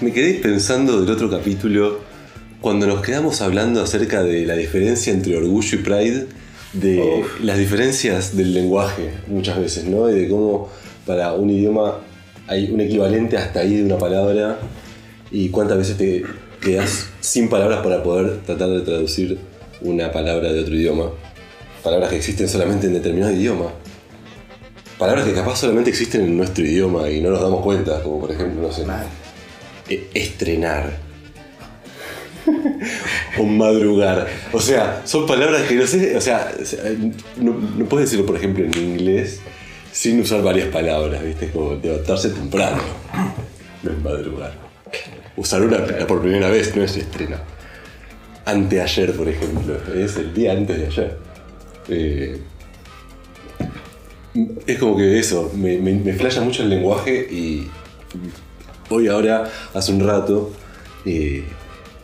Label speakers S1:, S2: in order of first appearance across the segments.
S1: Me quedé pensando del otro capítulo cuando nos quedamos hablando acerca de la diferencia entre orgullo y pride, de las diferencias del lenguaje muchas veces, ¿no? Y de cómo para un idioma hay un equivalente hasta ahí de una palabra y cuántas veces te quedas sin palabras para poder tratar de traducir una palabra de otro idioma. Palabras que existen solamente en determinado idioma. Palabras que capaz solamente existen en nuestro idioma y no nos damos cuenta, como por ejemplo, no sé,
S2: Mal.
S1: e- estrenar. o madrugar. O sea, son palabras que no sé. O sea, eh, no, no puedes decirlo, por ejemplo, en inglés sin usar varias palabras, ¿viste? Como levantarse temprano. No es madrugar. Usar una por primera vez no es estreno. Anteayer, por ejemplo. Es el día antes de ayer. Eh, es como que eso. Me, me, me flasha mucho el lenguaje y hoy ahora, hace un rato, eh,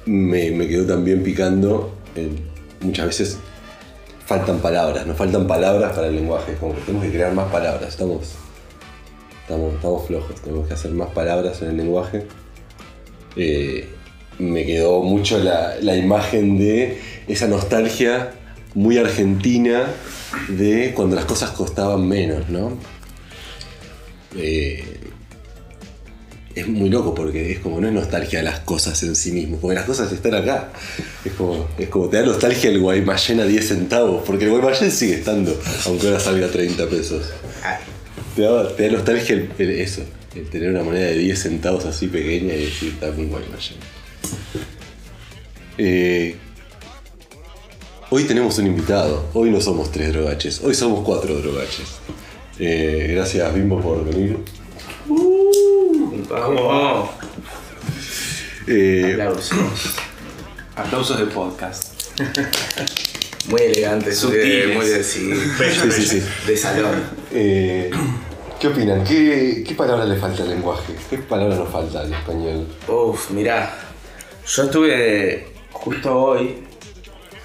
S1: me, me quedó también picando. el- muchas veces faltan palabras, nos faltan palabras para el lenguaje, como que tenemos que crear más palabras, estamos, estamos, estamos flojos, tenemos que hacer más palabras en el lenguaje. Eh, me quedó mucho la, la imagen de esa nostalgia muy argentina de cuando las cosas costaban menos, ¿no? Eh, es muy loco porque es como no es nostalgia de las cosas en sí mismo, porque las cosas están acá. Es como, es como te da nostalgia el Guaymallén a 10 centavos, porque el Guaymallén sigue estando, aunque ahora salga a 30 pesos.
S2: Ah,
S1: Te da, te da nostalgia el- el- eso, el tener una moneda de 10 centavos así pequeña y decir, dame un Guaymallén. Eh, hoy tenemos un invitado, hoy no somos tres drogaches, hoy somos cuatro drogaches. Eh, gracias Bimbo por venir.
S3: Vamos.
S1: Eh,
S2: Aplausos.
S3: Aplausos de podcast.
S2: Muy elegantes.
S3: Sutiles.
S2: eh, Muy de, sí,
S1: sí, sí, sí.
S2: de salón.
S1: Eh, ¿Qué opinan? ¿Qué, ¿Qué palabra le falta al lenguaje? ¿Qué palabra nos falta al español?
S2: Uf, mirá. Yo estuve justo hoy,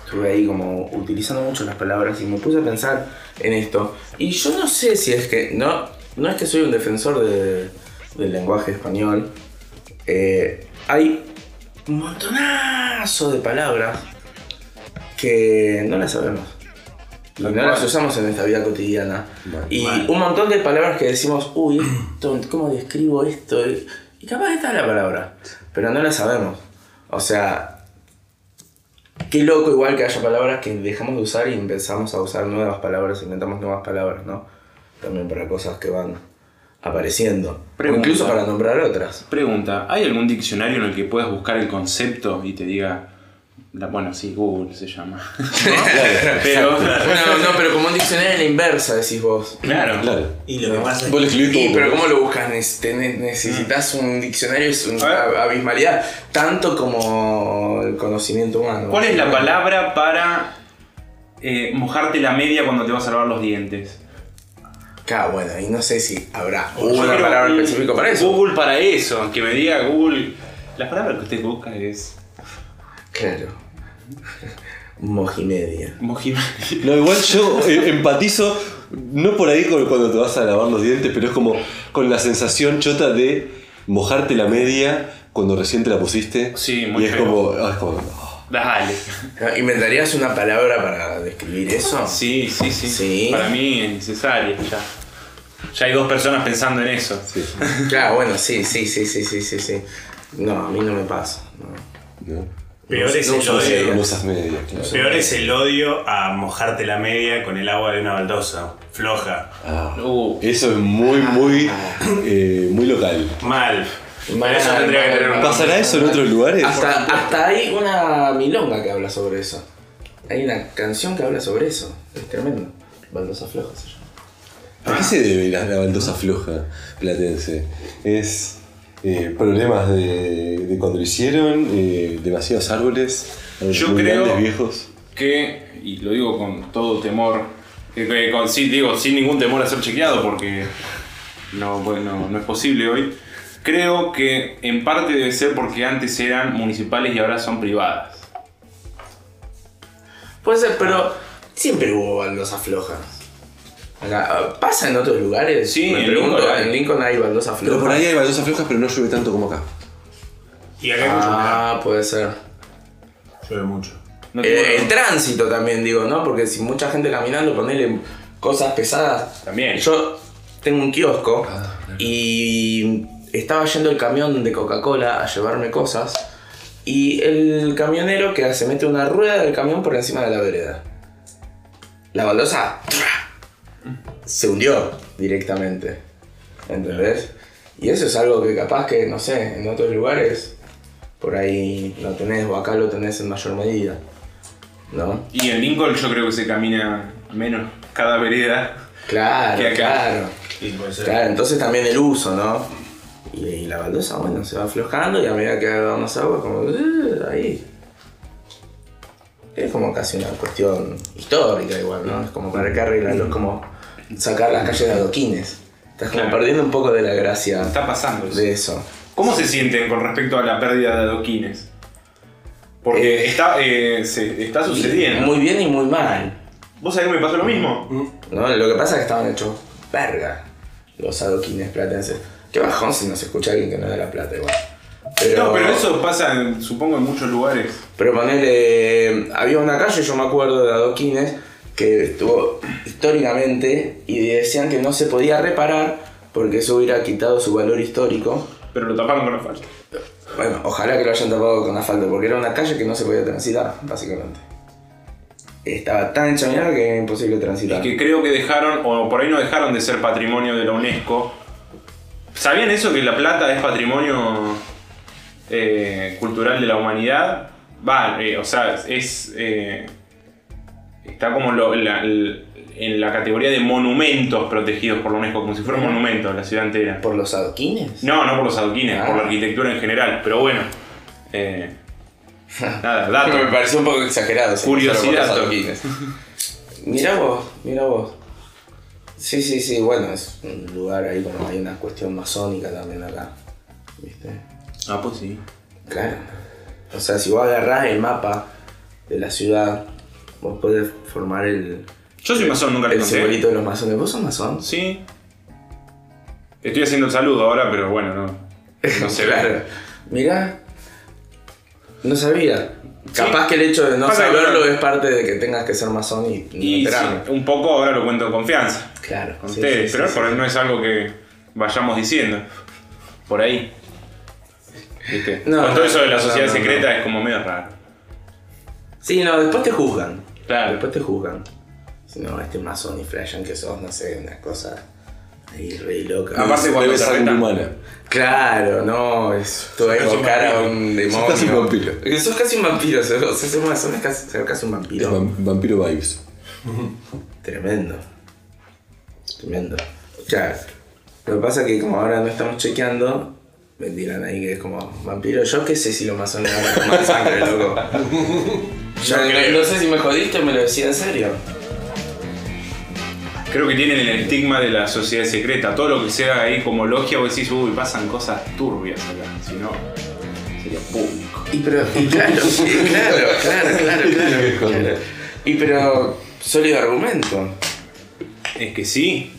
S2: estuve ahí como utilizando mucho las palabras y me puse a pensar en esto. Y yo no sé si es que. No, no es que soy un defensor de- del lenguaje español. Eh, hay un montonazo de palabras que no las sabemos. Y no
S3: Tal cual.
S2: las usamos en esta vida cotidiana.
S1: Mal,
S2: y
S3: mal.
S2: un montón de palabras que decimos, uy, esto, ¿cómo describo esto? Y y capaz esta es la palabra, pero no la sabemos. O sea, qué loco igual que haya palabras que dejamos de usar y empezamos a usar nuevas palabras, inventamos nuevas palabras, ¿no? También para cosas que van apareciendo. O
S3: Pregunta.
S2: incluso para nombrar otras.
S3: Pregunta, ¿hay algún diccionario en el que puedas buscar el concepto y te diga... la- bueno, sí, Google se llama. Pero,
S2: Bueno, no, pero como un diccionario en la inversa, decís vos.
S3: claro.
S1: Claro.
S4: Y lo que pasa es
S1: Vos
S4: que
S1: le escribís
S2: Y,
S1: como-
S2: pero ¿cómo lo buscas? Neces- te- ne- Necesitas un diccionario, es una
S3: A ver.
S2: abismalidad, tanto como el conocimiento humano.
S3: ¿Cuál es la palabra para eh, mojarte la media cuando te vas a lavar los dientes?
S2: Claro, bueno, y no sé si habrá
S3: Yo
S2: una
S3: quiero
S2: palabra
S3: un-
S2: específica para eso.
S3: Google para eso, que me diga Google... La palabra que usted busca es...
S2: Claro. Mojimedia.
S3: Mojima.
S1: No, igual yo eh, empatizo, no por ahí con cuando te vas a lavar los dientes, pero es como con la sensación chota de mojarte la media cuando recién te la pusiste.
S3: Sí, muy
S1: Y es
S3: feo.
S1: como, ah, es como, oh,
S3: Dale.
S2: Ah, ¿Inventarías una palabra para describir eso?
S3: Sí, sí, sí,
S2: Sí.
S3: Para mí es necesaria ya. Ya hay dos personas pensando en eso.
S1: sí,
S2: Claro, bueno, sí, sí, sí, sí, sí, sí, sí. No, a mí no me pasa. no.
S1: ¿no?
S4: peor es
S2: no,
S4: el
S2: yo
S1: No sé,
S4: odio.
S1: no usas media, claro.
S4: Peor es el odio a mojarte la media con el agua de una baldosa. Floja.
S1: Ah,
S3: Uh.
S1: eso es muy, muy,
S3: Ah.
S1: eh, muy local.
S4: Mal.
S2: Mal,
S4: Para eso tendría que
S2: mal,
S4: tener un
S2: mal.
S4: nombre.
S1: ¿Pasará eso en eh? otros lugares?
S2: Hasta, hasta hay una milonga que habla sobre eso. Hay una canción que habla sobre eso. Es tremendo. Baldosa floja se llama.
S1: ¿A qué se debe la, la baldosa floja platense? ¿Es eh, problemas de, de cuando lo hicieron? eh, ¿Demasiados árboles? árboles
S3: Yo
S1: muy
S3: creo-
S1: grandes, viejos?
S3: Que, y lo digo con todo temor, que- que con, sí, digo, sin ningún temor a ser chequeado porque no, bueno, no es posible hoy. Creo que en parte debe ser porque antes eran municipales y ahora son privadas.
S2: Puede ser, pero siempre hubo baldosa floja. Acá, ah, ¿Pasa en otros lugares?
S3: Sí,
S2: me
S3: en
S2: pregunto.
S3: Lincoln hay.
S2: en Lincoln hay baldosa floja.
S1: Pero por ahí hay baldosas flojas, pero no llueve tanto como acá.
S4: Y acá hay mucho humedad.
S2: Ah, puede ser.
S4: Llueve mucho.
S3: No
S2: Eh,
S3: tengo-
S2: el tránsito también, digo, ¿no? Porque si mucha gente caminando, ponerle cosas pesadas.
S3: También.
S2: Yo tengo un kiosco y estaba yendo el camión de Coca-Cola a llevarme cosas. Y el camionero que se mete una rueda del camión por encima de la vereda. La baldosa ¡tra! se hundió directamente. ¿Entendés? Y eso es algo que capaz que, no sé, en otros lugares por ahí lo tenés o acá lo tenés en mayor medida. ¿No?
S3: Y en Lincoln yo creo que se camina menos cada vereda.
S2: Claro,
S3: Que acá.
S2: claro.
S4: Y puede ser.
S2: Claro, entonces también el uso, ¿no? Y, y la baldosa, bueno, se va aflojando y a medida que va más agua, como "Eh", ahí. Es como casi una cuestión histórica igual, ¿no? Es como para que arreglarlo, es como sacar las calles de adoquines. Estás como
S3: Claro.
S2: perdiendo un poco de la gracia
S3: Está pasando eso.
S2: de eso.
S3: ¿Cómo se sienten con respecto a la pérdida de adoquines? Porque
S2: Eh,
S3: está, eh, se- está sucediendo.
S2: Muy Mm, bien y muy mal.
S3: ¿Vos sabés que me pasó lo mismo?
S2: ¿no? Lo que pasa es que estaban hechos verga los adoquines platenses. Qué bajón si nos escucha alguien que no es de la plata igual. Pero,
S3: No, pero eso pasa, en- supongo, en muchos lugares.
S2: Pero ponele. Había una calle, yo me acuerdo de adoquines, que estuvo históricamente y decían que no se podía reparar porque eso hubiera quitado su valor histórico.
S3: Pero lo taparon con asfalto.
S2: Bueno, ojalá que lo hayan tapado con asfalto, porque era una calle que no se podía transitar, básicamente. Estaba tan hecha mierda que era imposible transitar.
S3: Es que creo que dejaron, o por ahí no dejaron de ser patrimonio de la UNESCO. ¿Sabían eso que La Plata es patrimonio eh, cultural de la humanidad? Va, eh, o sea, es. eh, está como lo- la- l- en la categoría de monumentos protegidos por la UNESCO, como si fuera un monumento la ciudad entera.
S2: ¿Por los adoquines?
S3: No, no por los adoquines,
S2: Ah.
S3: por la arquitectura en general, pero bueno. eh, nada, dato.
S2: Ah, Me pareció un poco exagerado. sí,
S3: Curiosidad.
S2: solo por los adoquines. Mirá vos, mirá vos. Sí, sí, sí, bueno, es un lugar ahí como hay una cuestión masónica también acá. ¿Viste?
S3: Ah, pues sí.
S2: Claro. O sea, si vos agarrás el mapa de la ciudad, vos podés formar el,
S3: Yo soy masón, nunca lo
S2: el
S3: conté.
S2: simbolito de los masones. ¿Vos sos masón?
S3: Sí. Estoy haciendo el saludo ahora, pero bueno, no. No se ve.
S2: Claro. Mirá. No sabía. Capaz que el hecho de no
S3: Pasa que-
S2: saberlo es parte de que tengas que ser masón y no
S3: Y
S2: enterarme.
S3: sí, un poco ahora lo cuento en confianza
S2: Claro.
S3: con
S2: sí,
S3: ustedes,
S2: sí,
S3: pero
S2: sí,
S3: por
S2: sí.
S3: ahí no es algo que vayamos diciendo. Por ahí. ¿Viste?
S2: No,
S3: con todo eso de la
S2: no,
S3: sociedad
S2: no, no.
S3: secreta es como medio raro.
S2: Sí, no, después te juzgan.
S3: Claro.
S2: Después te juzgan. Si no, este masón y flashan que sos, no sé, unas cosas ahí re locas.
S3: Aparte,
S1: Debe
S3: cuando te
S1: ser
S3: retan.
S1: humana.
S2: Claro, no, es todo
S4: Sos casi un
S2: evocar a
S4: vampiro.
S2: un demonio.
S1: casi un vampiro.
S2: Eh, Sos casi un vampiro, sos, sos, sos un masón, es casi, sos casi un
S1: Es
S2: vampiro.
S1: vam- Vampiro Vibes.
S2: Tremendo. Tremendo. O sea, lo que pasa es que como ahora no estamos chequeando, me dirán ahí que es como vampiro. Yo qué sé si los masones van a tomar sangre, loco. Yo no, no sé si me jodiste o me lo decía en serio.
S3: Creo que tienen el estigma de la sociedad secreta. Todo lo que sea ahí como logia, vos decís, uy, pasan cosas turbias acá. Si no, sería público.
S2: Y pero, y claro, y claro, claro, claro, claro, claro. Y pero, sólido argumento.
S3: Es que sí.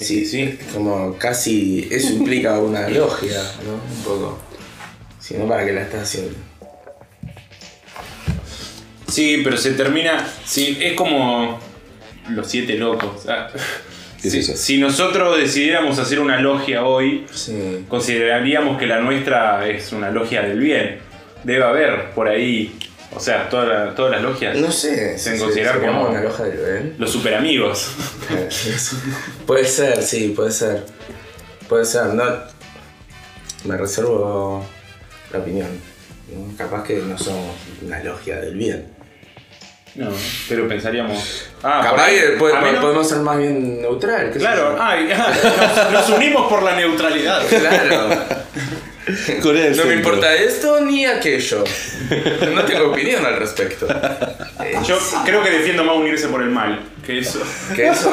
S3: Es que sí.
S2: Como casi, eso implica una logia, ¿no? Un poco. Si no, ¿para qué la estás haciendo?
S3: Sí, pero se termina. Sí, es como los siete locos. Ah,
S1: ¿Qué es
S3: si,
S1: eso?
S3: si nosotros decidiéramos hacer una logia hoy,
S2: Sí.
S3: consideraríamos que la nuestra es una logia del bien. Debe haber por ahí, o sea, toda la- todas las logias.
S2: No sé.
S3: Se
S2: si
S3: considera
S2: se
S3: como-
S2: llama una loja del Ben.
S3: Los superamigos.
S2: puede ser, sí, puede ser. Puede ser, no. Me reservo la opinión. ¿no? Capaz que no somos una logia del bien.
S3: No, pero pensaríamos. Ah, por
S2: Capaz
S3: ahí-
S2: que puede-
S3: a menos-
S2: podemos ser más bien neutral. qué sé
S3: Claro,
S2: yo.
S3: ah, y- nos, nos unimos por la neutralidad.
S2: Claro.
S1: Corea del
S2: No me
S1: Centro.
S2: importa esto ni aquello. No tengo opinión al respecto. Eh,
S3: Yo creo que defiendo más unirse por el mal que eso.
S2: Que eso.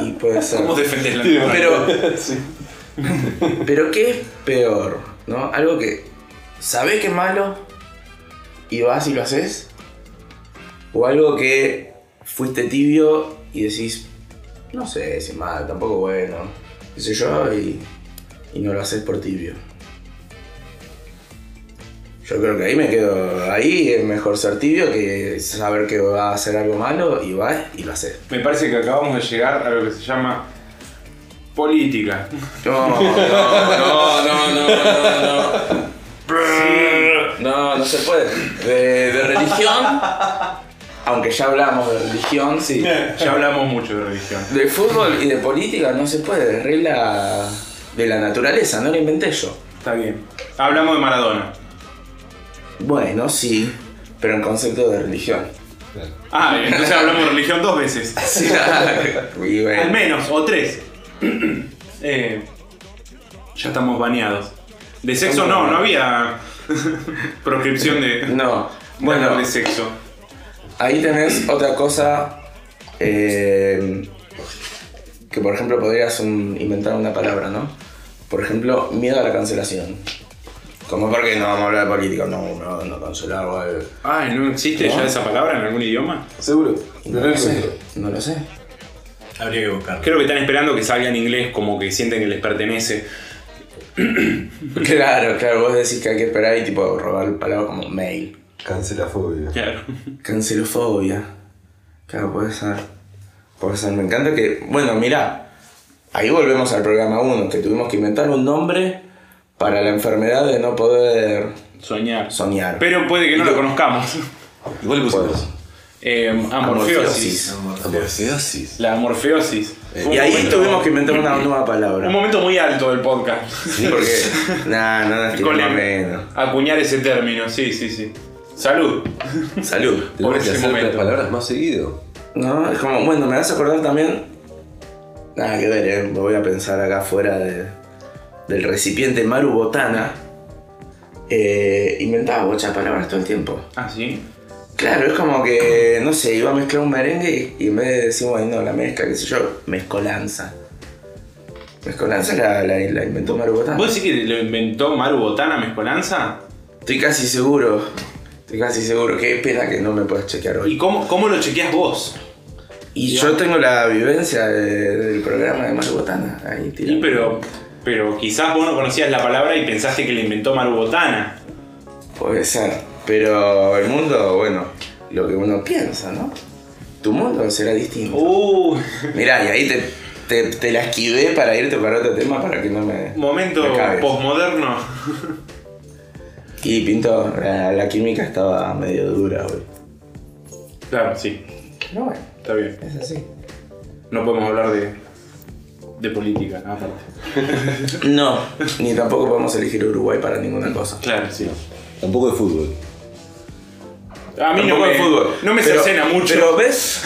S2: Y puede ser.
S3: ¿Cómo defendés la
S2: Pero. Pero qué es peor, ¿no? Algo que sabés que es malo y vas y lo haces. O algo que fuiste tibio y decís, no sé si es malo, tampoco bueno. Qué sé yo, y, y no lo haces por tibio. Yo creo que ahí me quedo. Ahí es mejor ser tibio que saber que va a hacer algo malo y va y lo hace.
S3: Me parece que acabamos de llegar a lo que se llama política.
S2: No, no, no, no, no, no. No, no se puede. De, de religión, aunque ya hablamos de religión, sí.
S3: Ya hablamos mucho de religión.
S2: De fútbol y de política no se puede. Es regla de la naturaleza, no la inventé yo.
S3: Está bien. Hablamos de Maradona.
S2: Bueno, sí, pero en concepto de religión.
S3: Ah, bien, entonces hablamos de religión dos veces.
S2: Sí, y
S3: Al
S2: bueno.
S3: menos, o tres. Eh, ya estamos baneados. De sexo no, no había proscripción de,
S2: No,
S3: bueno.
S2: bueno,
S3: de sexo.
S2: ahí tenés otra cosa eh, que por ejemplo podrías un- inventar una palabra, ¿no? Por ejemplo, miedo a la cancelación. Como porque no vamos a hablar de política, no, me van a cancelar o algo.
S3: Ay, Ah, ¿no existe
S2: ¿No?
S3: ya esa palabra en algún idioma?
S1: Seguro.
S2: No lo sé, no lo sé.
S4: Habría que buscarlo.
S3: Creo que están esperando que salga en inglés, como que sienten que les pertenece.
S2: Claro, claro, vos decís que hay que esperar y tipo robar palabras como mail.
S1: Cancelafobia.
S3: Claro.
S2: Cancelofobia. Claro, puede ser. Puede ser. Me encanta que. Bueno, mirá. Ahí volvemos al programa 1, que tuvimos que inventar un nombre para la enfermedad de no poder
S3: Soñar.
S2: soñar.
S3: Pero puede que no lo conozcamos.
S1: Igual le pusimos.
S3: Eh, amorfeosis.
S2: Amorfeosis.
S1: Amorfeosis.
S3: La amorfeosis.
S1: Eh,
S3: Fue
S2: Y
S3: un
S2: ahí
S3: momento-
S2: tuvimos que inventar una nueva
S3: Un
S2: palabra.
S3: momento muy alto del podcast.
S2: Porque. Nah, no nos
S3: Con
S2: tiramos menos.
S3: acuñar ese término, sí, sí, sí. Salud.
S2: Salud.
S1: Tenemos
S3: ese
S1: que hacer
S3: momento.
S1: las palabras más seguido.
S2: No, es como, bueno, me vas a acordar también. Nada que ver, ¿eh? me voy a pensar acá fuera de- del recipiente Maru Botana. Eh, inventaba bocha palabras todo el tiempo.
S3: Ah, sí.
S2: Claro, es como que, no sé, iba a mezclar un merengue y, y en vez de decir, bueno, la mezcla, qué sé yo, mezcolanza. Mezcolanza la, la, la inventó Maru Botana.
S3: ¿Vos decís que lo inventó Maru Botana Mezcolanza?
S2: Estoy casi seguro, estoy casi seguro. Qué pena que no me puedas chequear hoy.
S3: ¿Y cómo, cómo lo chequeas vos?
S2: Y yo tengo la vivencia de- del programa de Maru Botana. Ahí
S3: Y
S2: tirando.
S3: pero, pero quizás vos no conocías la palabra y pensaste que la inventó Maru Botana.
S2: Puede ser, pero el mundo, bueno, lo que uno piensa, ¿no? Tu mundo será distinto.
S3: Uh,
S2: Mirá, y ahí te, te, te la esquivé para irte para otro tema para que no me.
S3: momento
S2: me cagues.
S3: posmoderno.
S2: Y Pinto, la, la química estaba medio dura, güey.
S3: Claro, sí,
S2: Pero bueno,
S3: está bien.
S2: es así.
S3: No podemos hablar de, de política, aparte.
S2: No, ni tampoco podemos elegir Uruguay para ninguna cosa.
S3: Claro, sí.
S1: Tampoco de fútbol.
S3: A mí no
S2: Tampoco
S3: me,
S2: el fútbol.
S3: no me
S2: Pero-
S3: cercena mucho.
S2: Pero ves,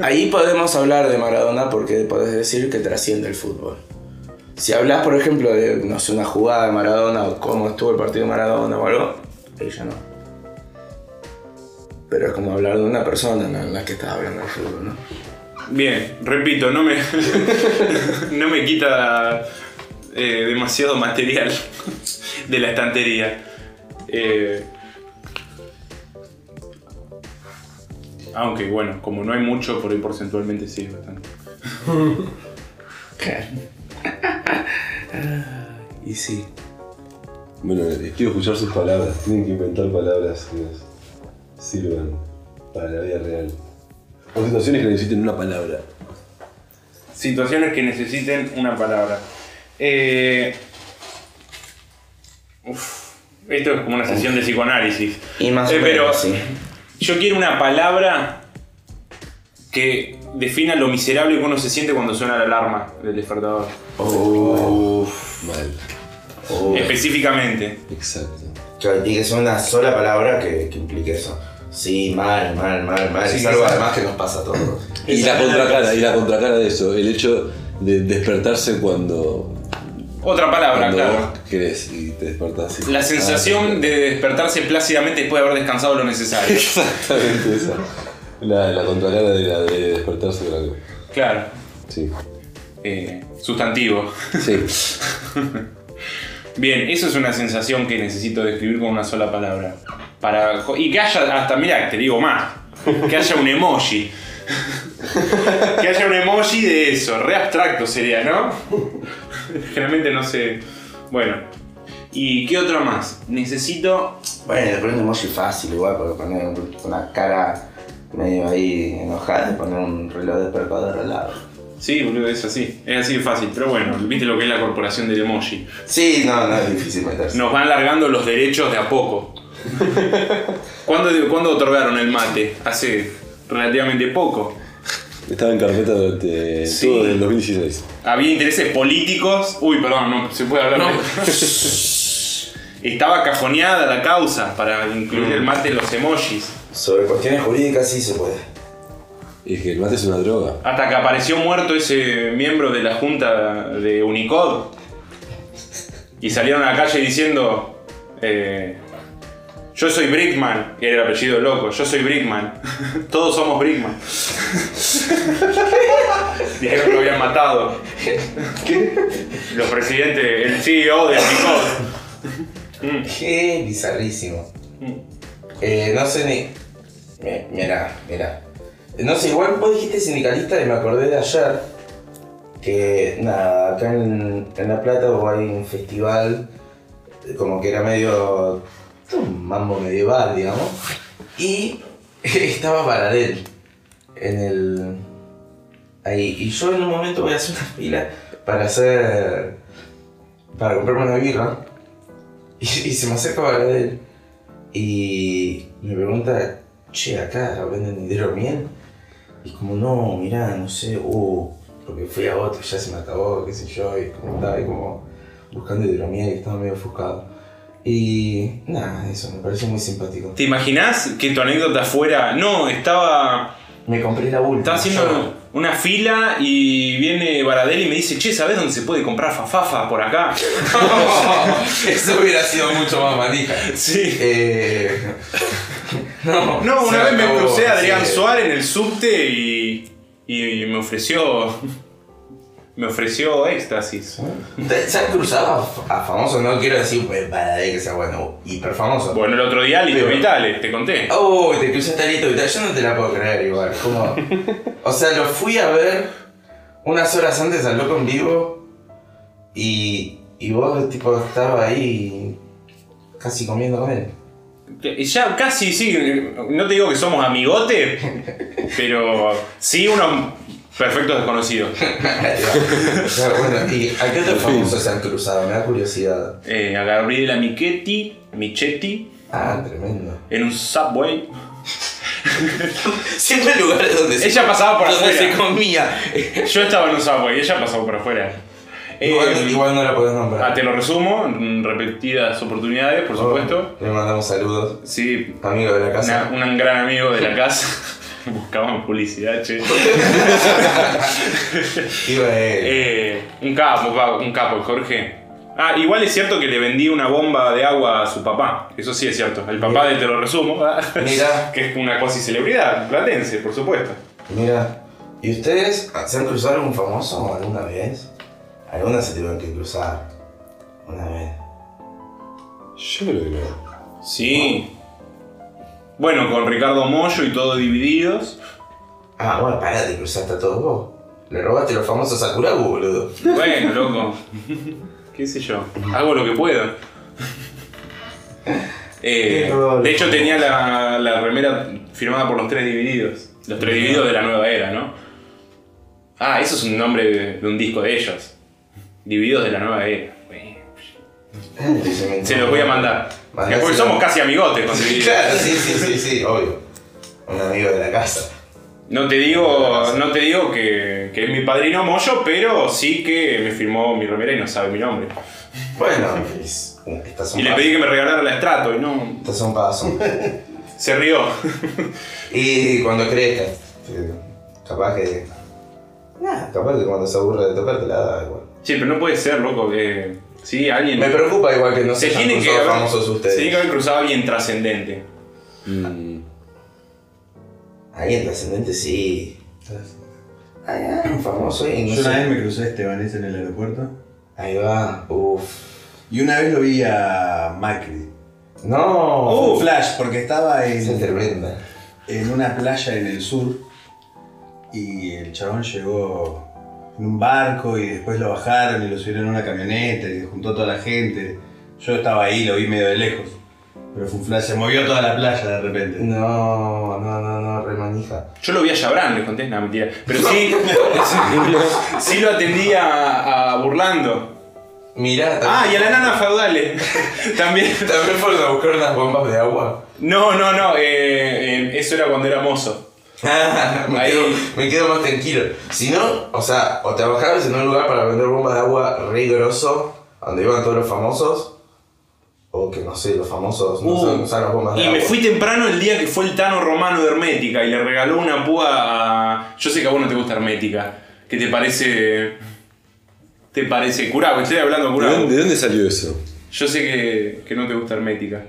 S2: ahí podemos hablar de Maradona porque podés decir que trasciende el fútbol. Si hablas, por ejemplo, de no sé, una jugada de Maradona o cómo estuvo el partido de Maradona o algo, ahí ya no. Pero es como hablar de una persona en la que estás hablando del fútbol, ¿no?
S3: Bien, repito, no me, no me quita eh, demasiado material de la estantería. Eh, aunque bueno, como no hay mucho, por ahí porcentualmente sí es bastante.
S2: y sí.
S1: Bueno, eh, quiero escuchar sus palabras. Tienen que inventar palabras que nos sirvan para la vida real. O situaciones que necesiten una palabra.
S3: Situaciones que necesiten una palabra. Eh, uf, esto es como una sesión de psicoanálisis.
S2: Y más
S3: Eh,
S2: o
S3: pero-
S2: menos, sí.
S3: Yo quiero una palabra que defina lo miserable que uno se siente cuando suena la alarma del despertador.
S2: Uff.
S1: Mal.
S3: Específicamente.
S1: Exacto.
S2: Claro, tiene que ser una sola palabra que, que implique eso. Sí, mal, mal, mal, mal.
S3: Sí,
S2: es algo
S3: sí.
S2: además que nos pasa a todos.
S1: Y la contracara, y la contracara de eso. El hecho de despertarse cuando.
S3: Otra palabra,
S1: cuando
S3: Ah, claro.
S1: vos querés y te despertás. y-
S3: La
S1: Ah,
S3: sensación de despertarse plácidamente después de haber descansado lo necesario.
S1: Exactamente esa. La, la contracara de la de despertarse con algo.
S3: Claro.
S1: Sí.
S3: Eh, sustantivo.
S1: Sí.
S3: Bien, eso es una sensación que necesito describir con una sola palabra. Para, y que haya, hasta mirá, te digo más, que haya un emoji. que haya un emoji de eso, re abstracto sería, ¿no? Generalmente no sé. Bueno, ¿y qué otra más? Necesito
S2: Bueno, le ponen un emoji fácil igual, porque poner un- una cara medio ahí enojada y poner un reloj despertador al lado.
S3: Sí, boludo, es así. Es así de fácil. Pero bueno, viste lo que es la corporación del emoji.
S2: Sí, no, no es difícil meterse.
S3: Nos van largando los derechos de a poco. ¿Cuándo, ¿Cuándo otorgaron el mate? Hace relativamente poco.
S1: Estaba en carpeta durante
S3: Sí.
S1: todo el 2016.
S3: Había intereses políticos. Uy, perdón, no se puede hablar. de- Estaba cajoneada la causa para incluir el mate en los emojis.
S2: Sobre cuestiones jurídicas sí se puede.
S1: Y es que el mate es una droga.
S3: Hasta que apareció muerto ese miembro de la junta de Unicod. Y salieron a la calle diciendo. eh, yo soy Brickman, que era el apellido loco, yo soy Brickman. Todos somos Brickman. Dijeron que lo habían matado. Los presidentes, el CEO de Unicod.
S2: Qué bizarrísimo. Eh, no sé ni. mi- Mirá, mirá. No sé, igual vos dijiste sindicalista y me acordé de ayer que nada, acá en, en La Plata hubo ahí un festival eh, como que era medio. un mambo medieval, digamos. Y estaba Baradel en el. ahí. Y yo en un momento voy a hacer una fila para hacer. para comprarme una birra. Y, y se me acerca a él y me pregunta, che, acá venden hidromiel. Y como, no, mirá, no sé, uh, porque fui a otro, ya se me acabó, qué sé yo, y como estaba ahí como buscando hidromiel y estaba medio ofuscado. Y nada, eso me pareció muy simpático.
S3: ¿Te imaginás que tu anécdota fuera.? No, estaba.
S2: Me compré la bulta.
S3: Estaba haciendo una fila y viene Baradel y me dice, che, ¿sabés dónde se puede comprar fafafa por acá?
S2: Eso hubiera sido mucho más manija.
S3: sí.
S2: Eh, no,
S3: No,
S2: se
S3: una vez me
S2: acabó,
S3: crucé a Adrián
S2: sí.
S3: Suárez en el subte y, y me ofreció... Me ofreció éxtasis.
S2: Ah. ¿Te- ¿Se han cruzado a, f- a famosos? No quiero decir pues, para de que sea bueno, hiper famoso.
S3: Bueno, el otro día Lito
S2: Pero-
S3: Vitale, te conté.
S2: Oh, te cruzaste a Lito Vital, yo no te la puedo creer igual. Como, o sea, lo fui a ver unas horas antes al loco en vivo y, y vos tipo estaba ahí casi comiendo con él.
S3: Ya casi, sí, no te digo que somos amigotes, pero sí unos perfectos desconocidos.
S2: Ya, bueno, ¿y a qué otros famosos se han cruzado? Me da curiosidad.
S3: Eh, a Gabriela Michetti, Michetti,
S2: Ah, tremendo.
S3: en un subway.
S2: Siempre lugares donde
S3: Ella pasaba por
S2: donde
S3: afuera.
S2: se comía.
S3: Yo estaba en un subway, ella pasó por afuera. Eh,
S2: Igual, igual no la podés nombrar.
S3: ah, te lo resumo, en repetidas oportunidades, por supuesto.
S2: Le mandamos saludos.
S3: Sí,
S2: Amigo de la
S3: una-
S2: casa.
S3: un gran amigo de la casa. Buscaban publicidad, che.
S2: Iba él.
S3: Eh, un capo, va, un capo, el Jorge. Ah, igual es cierto que le vendí una bomba de agua a su papá. Eso sí es cierto. El papá de Te lo resumo. ah,
S2: Mirá.
S3: Que es una cuasi celebridad, platense, por supuesto.
S2: Mira, ¿y ustedes se han cruzado algún famoso alguna vez? Alguna se tuvieron que cruzar. Una vez.
S1: Yo creo que no.
S3: Sí. Bueno, con Ricardo Mollo y todo divididos.
S2: Ah, bueno, pará, te cruzaste a todos vos. Le robaste los famosos a Kurabu, boludo.
S3: Bueno, loco. ¿Qué sé yo? Hago lo que puedo. Eh, de hecho, tenía la, la remera firmada por los tres divididos. Los tres divididos de la nueva era, ¿no? Ah, eso es un nombre de, de un disco de ellos. Divididos de la nueva era. Se los voy a mandar.
S2: Mandáselo.
S3: Porque somos casi amigotes con
S2: Sí,
S3: divididos.
S2: claro, sí, sí, sí, sí, obvio. Un amigo de la casa.
S3: No te digo, no te digo que, que es mi padrino Moyo, pero sí que me firmó mi remera y no sabe mi nombre.
S2: Bueno, es- estas son
S3: Y le pedí que me regalara la estrato y no.
S2: Estas son pasos.
S3: Se rió.
S2: Y cuando crezcas, eh, capaz que. Nah, capaz que cuando se aburre de tocarte la da igual.
S3: Che, pero no puede ser, loco, que. Sí, alguien.
S2: Me preocupa igual que no
S3: se
S2: se hayan
S3: tiene que
S2: cruzado
S3: haber,
S2: famosos ustedes.
S3: Se tiene que haber cruzado a alguien trascendente.
S1: Mm,
S2: Alguien trascendente sí. Ay, ay, un famoso ahí, no
S5: Yo una
S2: sé.
S5: vez me crucé a Estebanés en el aeropuerto
S2: Ahí va, uff.
S5: y una vez lo vi a Macri.
S2: No,
S4: Oh.
S5: Un flash, porque estaba
S2: esa
S5: en,
S2: es tremenda.
S5: en una playa en el sur y el chabón llegó en un barco y después lo bajaron y lo subieron a una camioneta y juntó toda la gente. Yo estaba ahí, lo vi medio de lejos. Pero fue un flash, se movió toda la playa de repente.
S2: No, no, no, no, remanija.
S3: Yo lo vi a Jabran, les conté, no, mentira. Pero sí, sí lo atendí a, a Burlando.
S2: Mirá,
S3: Ah, y
S2: también,
S3: a la nana feudale. También.
S2: también fueron a buscar unas bombas de agua.
S3: No, no, no, eh, eh, eso era cuando era mozo.
S2: me,
S3: Ahí.
S2: quedo, me quedo más tranquilo. Si no, o sea, o trabajabas en un lugar para vender bombas de agua re grosso, donde iban todos los famosos, o que no sé, los famosos no
S3: Uh,
S2: saben usar las bombas de
S3: Y
S2: agua.
S3: me fui temprano el día que fue el Tano Romano de Hermética y le regaló una púa a... Yo sé que a vos no te gusta Hermética, que te parece... Te parece curado, estoy hablando
S1: ¿De
S3: curado.
S1: dónde, de dónde salió eso?
S3: Yo sé que, que no te gusta Hermética.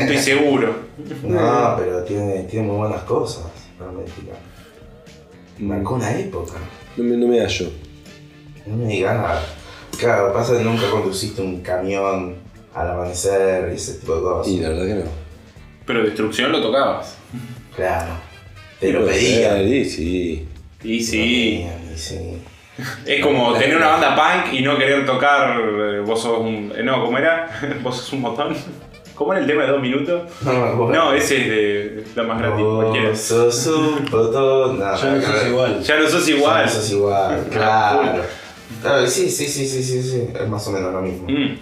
S3: Estoy seguro.
S2: No, pero tiene, tiene muy buenas cosas, hermética. Marcó una época.
S1: No me, no me hallo.
S2: No me digas nada. Claro, pasa que nunca conduciste un camión al amanecer y ese tipo de cosas.
S1: Y la verdad que no.
S3: Pero destrucción lo tocabas.
S2: Claro. Te lo
S1: Puede
S2: pedían.
S1: ser, y sí.
S2: Te
S3: Y
S2: lo
S3: sí,
S2: pedían, y sí.
S3: es como tener una banda punk y no querer tocar. eh, Vos sos un. eh, No, ¿cómo era? Vos sos un botón. ¿Cómo era el tema de dos minutos?
S2: No me acuerdo.
S3: No, ese es de la más gratis, cualquiera.
S2: Vos sos un botón. No,
S5: Ya no sos igual.
S3: Ya no sos igual.
S2: No sos igual, claro. Claro, sí, sí, sí, sí, sí, sí. Es más o menos lo mismo.
S3: Mm.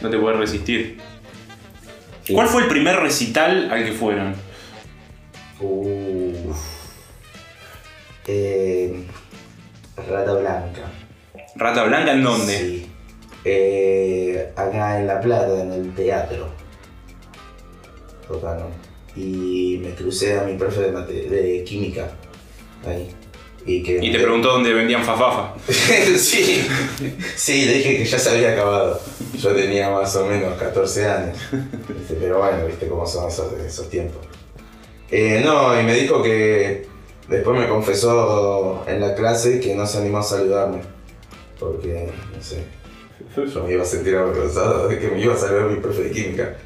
S3: No te puedes resistir.
S1: Sí.
S3: ¿Cuál fue el primer recital al que fueron? Mm.
S2: Uff. Eh, Rata Blanca.
S3: ¿Rata Blanca en dónde?
S2: Sí. Eh, acá en La Plata, en el teatro. Tocaron. Y me crucé a mi profe de, mate- de química. Ahí. Y, que
S3: Y te preguntó dónde vendían fafafa.
S2: sí. sí, le dije que ya se había acabado. Yo tenía más o menos 14 años. Viste, Pero bueno, viste cómo son esos, esos tiempos. Eh, no, y me dijo que después me confesó en la clase que no se animó a saludarme. Porque, no sé, yo me iba a sentir avergonzado de que me iba a saludar mi profe de química.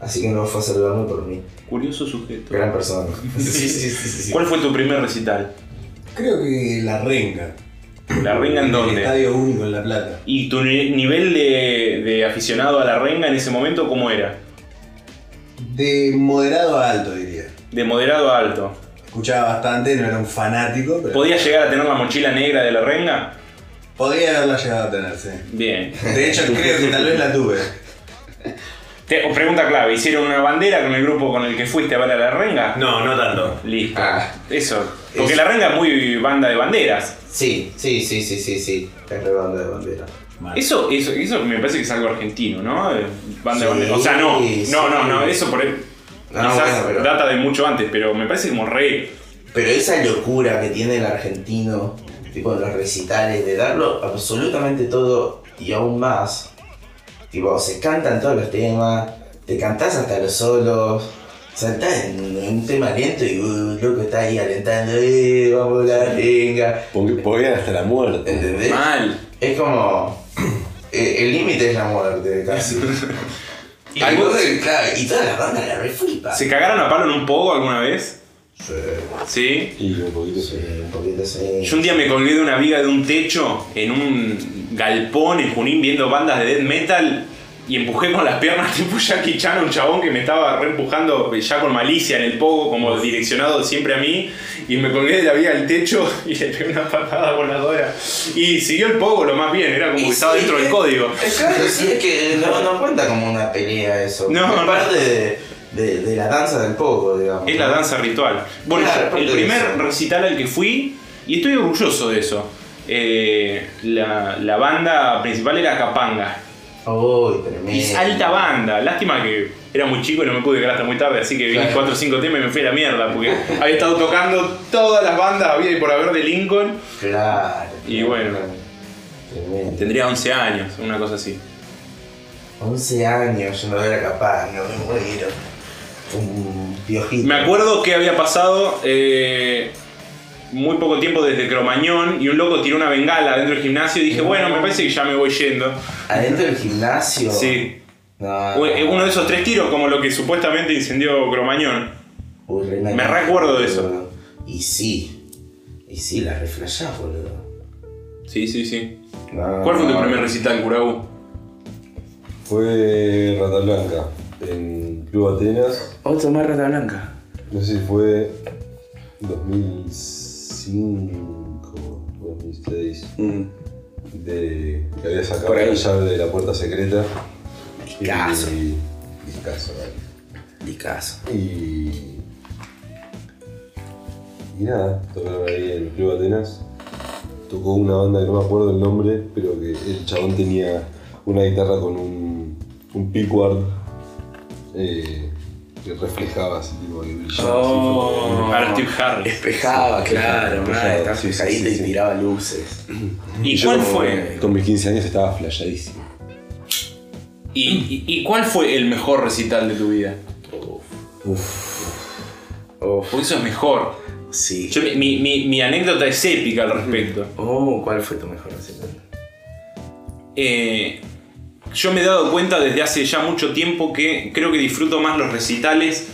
S2: Así que no fue a saludarme por mí.
S3: Curioso sujeto.
S2: Gran persona. Sí, sí, sí, sí.
S3: ¿Cuál fue tu primer recital?
S5: Creo que la renga.
S3: ¿La Renga en
S5: El
S3: dónde?
S5: estadio único en La Plata.
S3: ¿Y tu ni- nivel de, de aficionado a la renga en ese momento cómo era?
S5: De moderado a alto, diría.
S3: De moderado a alto.
S5: Escuchaba bastante, no era un fanático, pero
S3: ¿Podías llegar a tener la mochila negra de la renga?
S5: podría haberla llegado a tener, sí.
S3: Bien.
S5: De hecho, creo que tal vez la tuve.
S3: Te- o pregunta clave, ¿hicieron una bandera con el grupo con el que fuiste a ver a la renga?
S4: No, no tanto.
S3: Listo.
S2: Ah.
S3: Eso. Porque la renga es muy banda de banderas.
S2: Sí, sí, sí, sí, sí, sí. Es redonda de bandera.
S4: Mal.
S3: Eso, eso, eso me parece que es algo argentino, ¿no? Eh, Banda de
S2: Sí,
S3: banderas. O sea, no,
S2: sí.
S3: no, no, no, eso por
S2: No,
S3: quizás
S2: bueno, pero-
S3: data de mucho antes, pero me parece como re.
S2: Pero esa locura que tiene el argentino, tipo en los recitales, de darlo absolutamente todo y aún más. Tipo, se cantan todos los temas, te cantás hasta los solos, saltás en un tema lento y uh, loco está ahí alentando, eh, vamos la venga.
S1: Porque podían hasta la muerte.
S2: ¿Entendés?
S3: Mal.
S2: Es como. eh, El límite es la muerte, casi. y,
S3: Algo-
S2: entonces, claro, y toda la banda la reflipa.
S3: ¿Se cagaron a palo en un poco alguna vez?
S2: Sí,
S3: Sí.
S1: Y un poquito
S2: sí,
S1: sí.
S2: un poquito así.
S3: Yo un día me colgué de una viga de un techo en un galpón en Junín viendo bandas de death metal y empujé con las piernas tipo Jackie Chan a un chabón que me estaba re empujando ya con malicia en el pogo como direccionado siempre a mí y me colgué de la viga del techo y le pegué una patada voladora y siguió el pogo lo más bien, era como
S2: Y
S3: que estaba
S2: sí,
S3: dentro del
S2: es-
S3: código.
S2: es Claro, sí, es que no, no cuenta como una pelea eso.
S3: No,
S2: es
S3: no.
S2: parte de, de- de la danza del poco, digamos.
S3: Es la danza ritual. Bueno,
S2: Claro, aparte
S3: el
S2: de
S3: primer
S2: eso.
S3: recital al que fui, y estoy orgulloso de eso, eh, la, la banda principal era Capanga.
S2: Uy, tremendo.
S3: Y es
S1: Eh.
S3: alta banda. Lástima que era muy chico y no me pude quedar hasta muy tarde, así que vi
S2: Claro.
S3: 4 o 5 temas y me fui a la mierda, porque había estado tocando todas las bandas, había y por haber de Lincoln.
S2: Claro.
S3: Y bueno.
S2: Tremendo.
S3: Tendría 11 años, una cosa así.
S2: 11 años, yo no era capaz, no me muero. Un piojito.
S3: Me acuerdo que había pasado eh, muy poco tiempo desde Cromañón y un loco tiró una bengala dentro del gimnasio y dije, bueno, me parece que ya me voy yendo.
S2: Adentro del gimnasio.
S3: Sí.
S2: No,
S1: Ah.
S3: U- eh,
S2: no.
S3: Uno de esos tres tiros, como lo que supuestamente incendió Cromañón.
S2: Uy, re
S3: Me
S2: mal.
S3: recuerdo de eso.
S2: Y sí. Y sí, la reflejás, boludo.
S3: Sí, sí, sí.
S2: No,
S1: Ah.
S3: ¿Cuál fue tu
S2: no.
S3: primer recital, Curaú?
S1: Fue Rata Blanca en Club Atenas.
S2: Otro más rata blanca.
S1: No sé si fue 2005 2006. De, que había sacado
S2: Mm. Por ahí.
S1: la llave de la puerta secreta.
S2: Discazo.
S1: Y, discazo, vale.
S2: Discazo.
S1: Y. Y nada, tocaron ahí en el Club Atenas. Tocó una banda que no me acuerdo el nombre, pero que el chabón tenía una guitarra con un, un pickward eh, que reflejaba así, tipo que brillaba. así, fue
S2: Oh.
S1: como-
S3: Ahora Steve Harris.
S2: Despejaba, claro,
S1: Despejaba,
S2: madre, estaba
S1: sí, sí,
S2: despejadita
S1: sí,
S2: y
S1: sí.
S2: tiraba luces.
S3: ¿Y
S1: Yo
S3: cuál
S1: como-
S3: fue?
S1: Con mis 15 años estaba flasheadísimo.
S3: ¿Y, y, y cuál fue el mejor recital de tu vida?
S1: Uf.
S2: Oh,
S3: Porque eso es mejor.
S2: sí.
S3: Yo- mi, mi- mi anécdota es épica al respecto.
S2: Oh, ¿cuál fue tu mejor recital?
S3: Eh, yo me he dado cuenta desde hace ya mucho tiempo que creo que disfruto más los recitales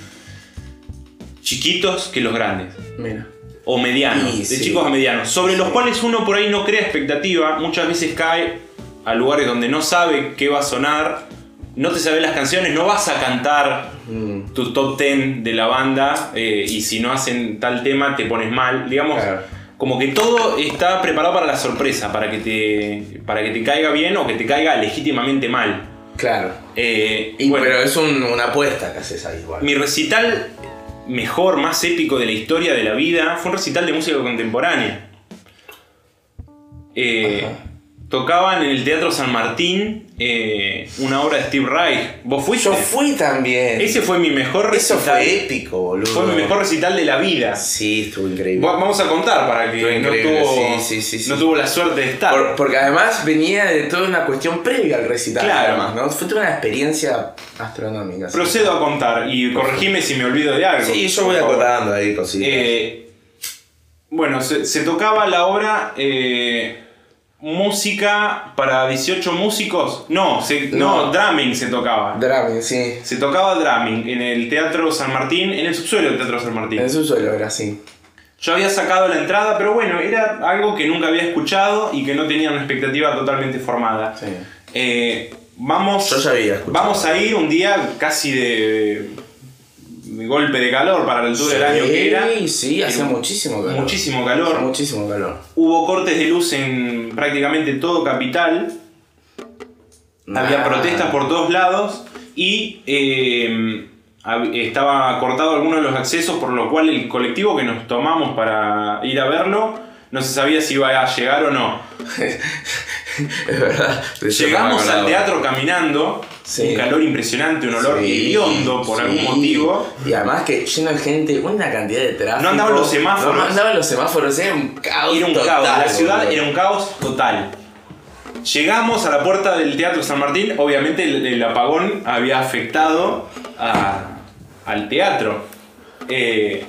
S3: chiquitos que los grandes.
S2: Mira.
S3: o medianos,
S2: Y
S3: de
S2: sí.
S3: chicos a medianos, sobre los cuales uno por ahí no crea expectativa, muchas veces cae a lugares donde no sabe qué va a sonar, no te sabe las canciones, no vas a cantar
S2: Mm,
S3: tu top 10 de la banda eh, y si no hacen tal tema te pones mal, digamos,
S2: Claro.
S3: como que todo está preparado para la sorpresa, para que te, para que te caiga bien o que te caiga legítimamente mal.
S2: Claro.
S3: Eh,
S2: Y,
S3: bueno.
S2: Pero es un- una apuesta que haces ahí igual.
S3: Mi recital mejor, más épico de la historia de la vida fue un recital de música contemporánea. Eh,
S2: Ajá.
S3: tocaban en el Teatro San Martín eh, una obra de Steve Reich. ¿Vos fuiste?
S2: Yo fui también.
S3: Ese fue mi mejor
S2: Eso
S3: recital.
S2: fue épico, boludo.
S3: Fue mi mejor recital de la vida.
S2: Sí, estuvo increíble.
S3: Va- Vamos a contar para que
S2: Fue
S3: no
S2: increíble,
S3: tuvo,
S2: sí, sí, sí,
S3: no
S2: sí.
S3: tuvo la suerte de estar.
S2: Por- porque además venía de toda una cuestión previa al recital.
S3: Claro.
S2: además, ¿no? Fue toda una experiencia astronómica. sí.
S3: Procedo a contar y corregime si me olvido de algo.
S2: Sí, yo voy
S3: Por favor.
S2: acotando ahí cositas.
S3: Eh, bueno, se, se tocaba la obra eh, música para 18 músicos. No, se- no,
S2: No.
S3: drumming se tocaba.
S2: Drumming, sí.
S3: se tocaba drumming en el Teatro San Martín, en el subsuelo del Teatro San Martín.
S2: En el subsuelo era así.
S3: Yo había sacado la entrada, pero bueno, era algo que nunca había escuchado y que no tenía una expectativa totalmente formada.
S2: Sí.
S3: Eh, vamos,
S2: Yo ya había escuchado.
S3: vamos a ir un día casi de, de golpe de calor para la altura del año que era. Eh,
S2: Sí, sí, hacía muchísimo calor.
S3: Muchísimo calor.
S2: Hacía Muchísimo calor.
S3: Hubo cortes de luz en prácticamente todo Capital. Había
S2: Ah.
S3: protestas por todos lados y eh, hab- estaba cortado alguno de los accesos, por lo cual el colectivo que nos tomamos para ir a verlo no se sabía si iba a llegar o no.
S2: Es verdad. De hecho, no
S3: Llegamos
S2: me
S3: al
S2: acordaba.
S3: teatro caminando,
S2: Sí.
S3: un calor impresionante, un olor
S2: Sí,
S3: hediondo por
S2: sí.
S3: algún motivo.
S2: Y además que lleno de gente, una cantidad de tráfico.
S3: No andaban los semáforos.
S2: No andaban los semáforos, era un caos.
S3: Era un
S2: total,
S3: caos, la ciudad
S2: boludo.
S3: era un caos total. Llegamos a la puerta del Teatro San Martín, obviamente el, el apagón había afectado a- al teatro. Eh,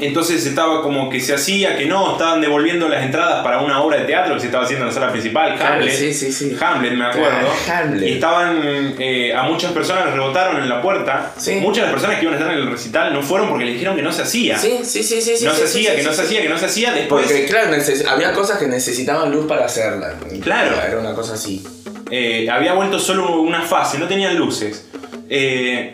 S3: entonces estaba como que se hacía, que no, estaban devolviendo las entradas para una obra de teatro que se estaba haciendo en la sala principal,
S2: Claro,
S3: Hamlet.
S2: sí, sí, sí.
S3: Hamlet, me acuerdo.
S2: Ah, Hamlet.
S3: Y estaban, eh, a muchas personas les rebotaron en la puerta.
S2: Sí.
S3: Muchas de las personas que iban a estar en el recital no fueron porque les dijeron que no se hacía
S2: Sí, sí, sí, sí. sí,
S3: no
S2: sí,
S3: se
S2: sí,
S3: hacía,
S2: sí,
S3: que no
S2: sí,
S3: se
S2: sí.
S3: hacía, que no se hacía. Después,
S2: Porque claro, neces- había cosas que necesitaban luz para hacerlas.
S3: Claro.
S2: Era una cosa así.
S3: eh, había vuelto solo una fase, no tenían luces. Eh,